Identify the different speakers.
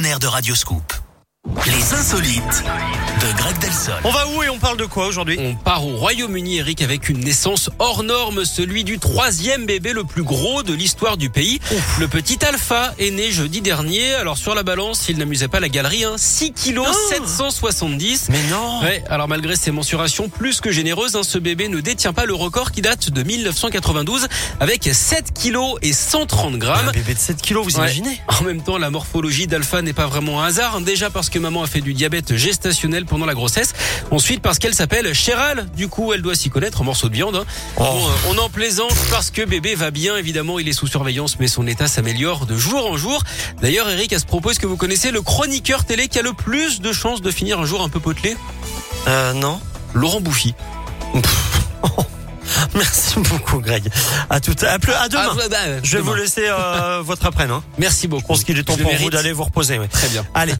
Speaker 1: partenaire de Radio Scoop. Les insolites de Greg Delsol.
Speaker 2: On va où et on parle de quoi aujourd'hui
Speaker 3: On part au Royaume-Uni, Eric, avec une naissance hors norme, celui du troisième bébé le plus gros de l'histoire du pays. Le petit Alpha est né jeudi dernier. Alors sur la balance, il n'amusait pas la galerie. Hein. 6 kilos 770.
Speaker 2: Mais non
Speaker 3: Ouais, alors malgré ses mensurations plus que généreuses, hein, ce bébé ne détient pas le record qui date de 1992 avec 7 kilos et 130
Speaker 2: Un
Speaker 3: grammes.
Speaker 2: bébé de 7 kilos, vous
Speaker 3: Ouais.
Speaker 2: imaginez
Speaker 3: En même temps, la morphologie d'Alpha n'est pas vraiment un hasard. hein. Déjà parce que maman a fait du diabète gestationnel pendant la grossesse. Ensuite parce qu'elle s'appelle Chéral. Du coup, elle doit s'y connaître en morceaux de viande. hein.
Speaker 2: Oh.
Speaker 3: Bon, euh, on en plaisante parce que bébé va bien. Évidemment, il est sous surveillance, mais son état s'améliore de jour en jour. D'ailleurs, Eric, à ce propos, est-ce que vous connaissez le chroniqueur télé qui a le plus de chances de finir un jour un peu potelé
Speaker 2: Euh, non.
Speaker 3: Laurent Bouffy.
Speaker 2: Merci beaucoup, Greg. À tout, à, plus- à demain.
Speaker 3: Ah, bah, bah,
Speaker 2: Je vais
Speaker 3: demain.
Speaker 2: vous laisser euh, votre après-midi. hein.
Speaker 3: Merci beaucoup.
Speaker 2: Je pense qu'il est temps
Speaker 3: Je le
Speaker 2: pour vous
Speaker 3: mérite.
Speaker 2: d'aller vous reposer. ouais.
Speaker 3: Très bien.
Speaker 2: Allez.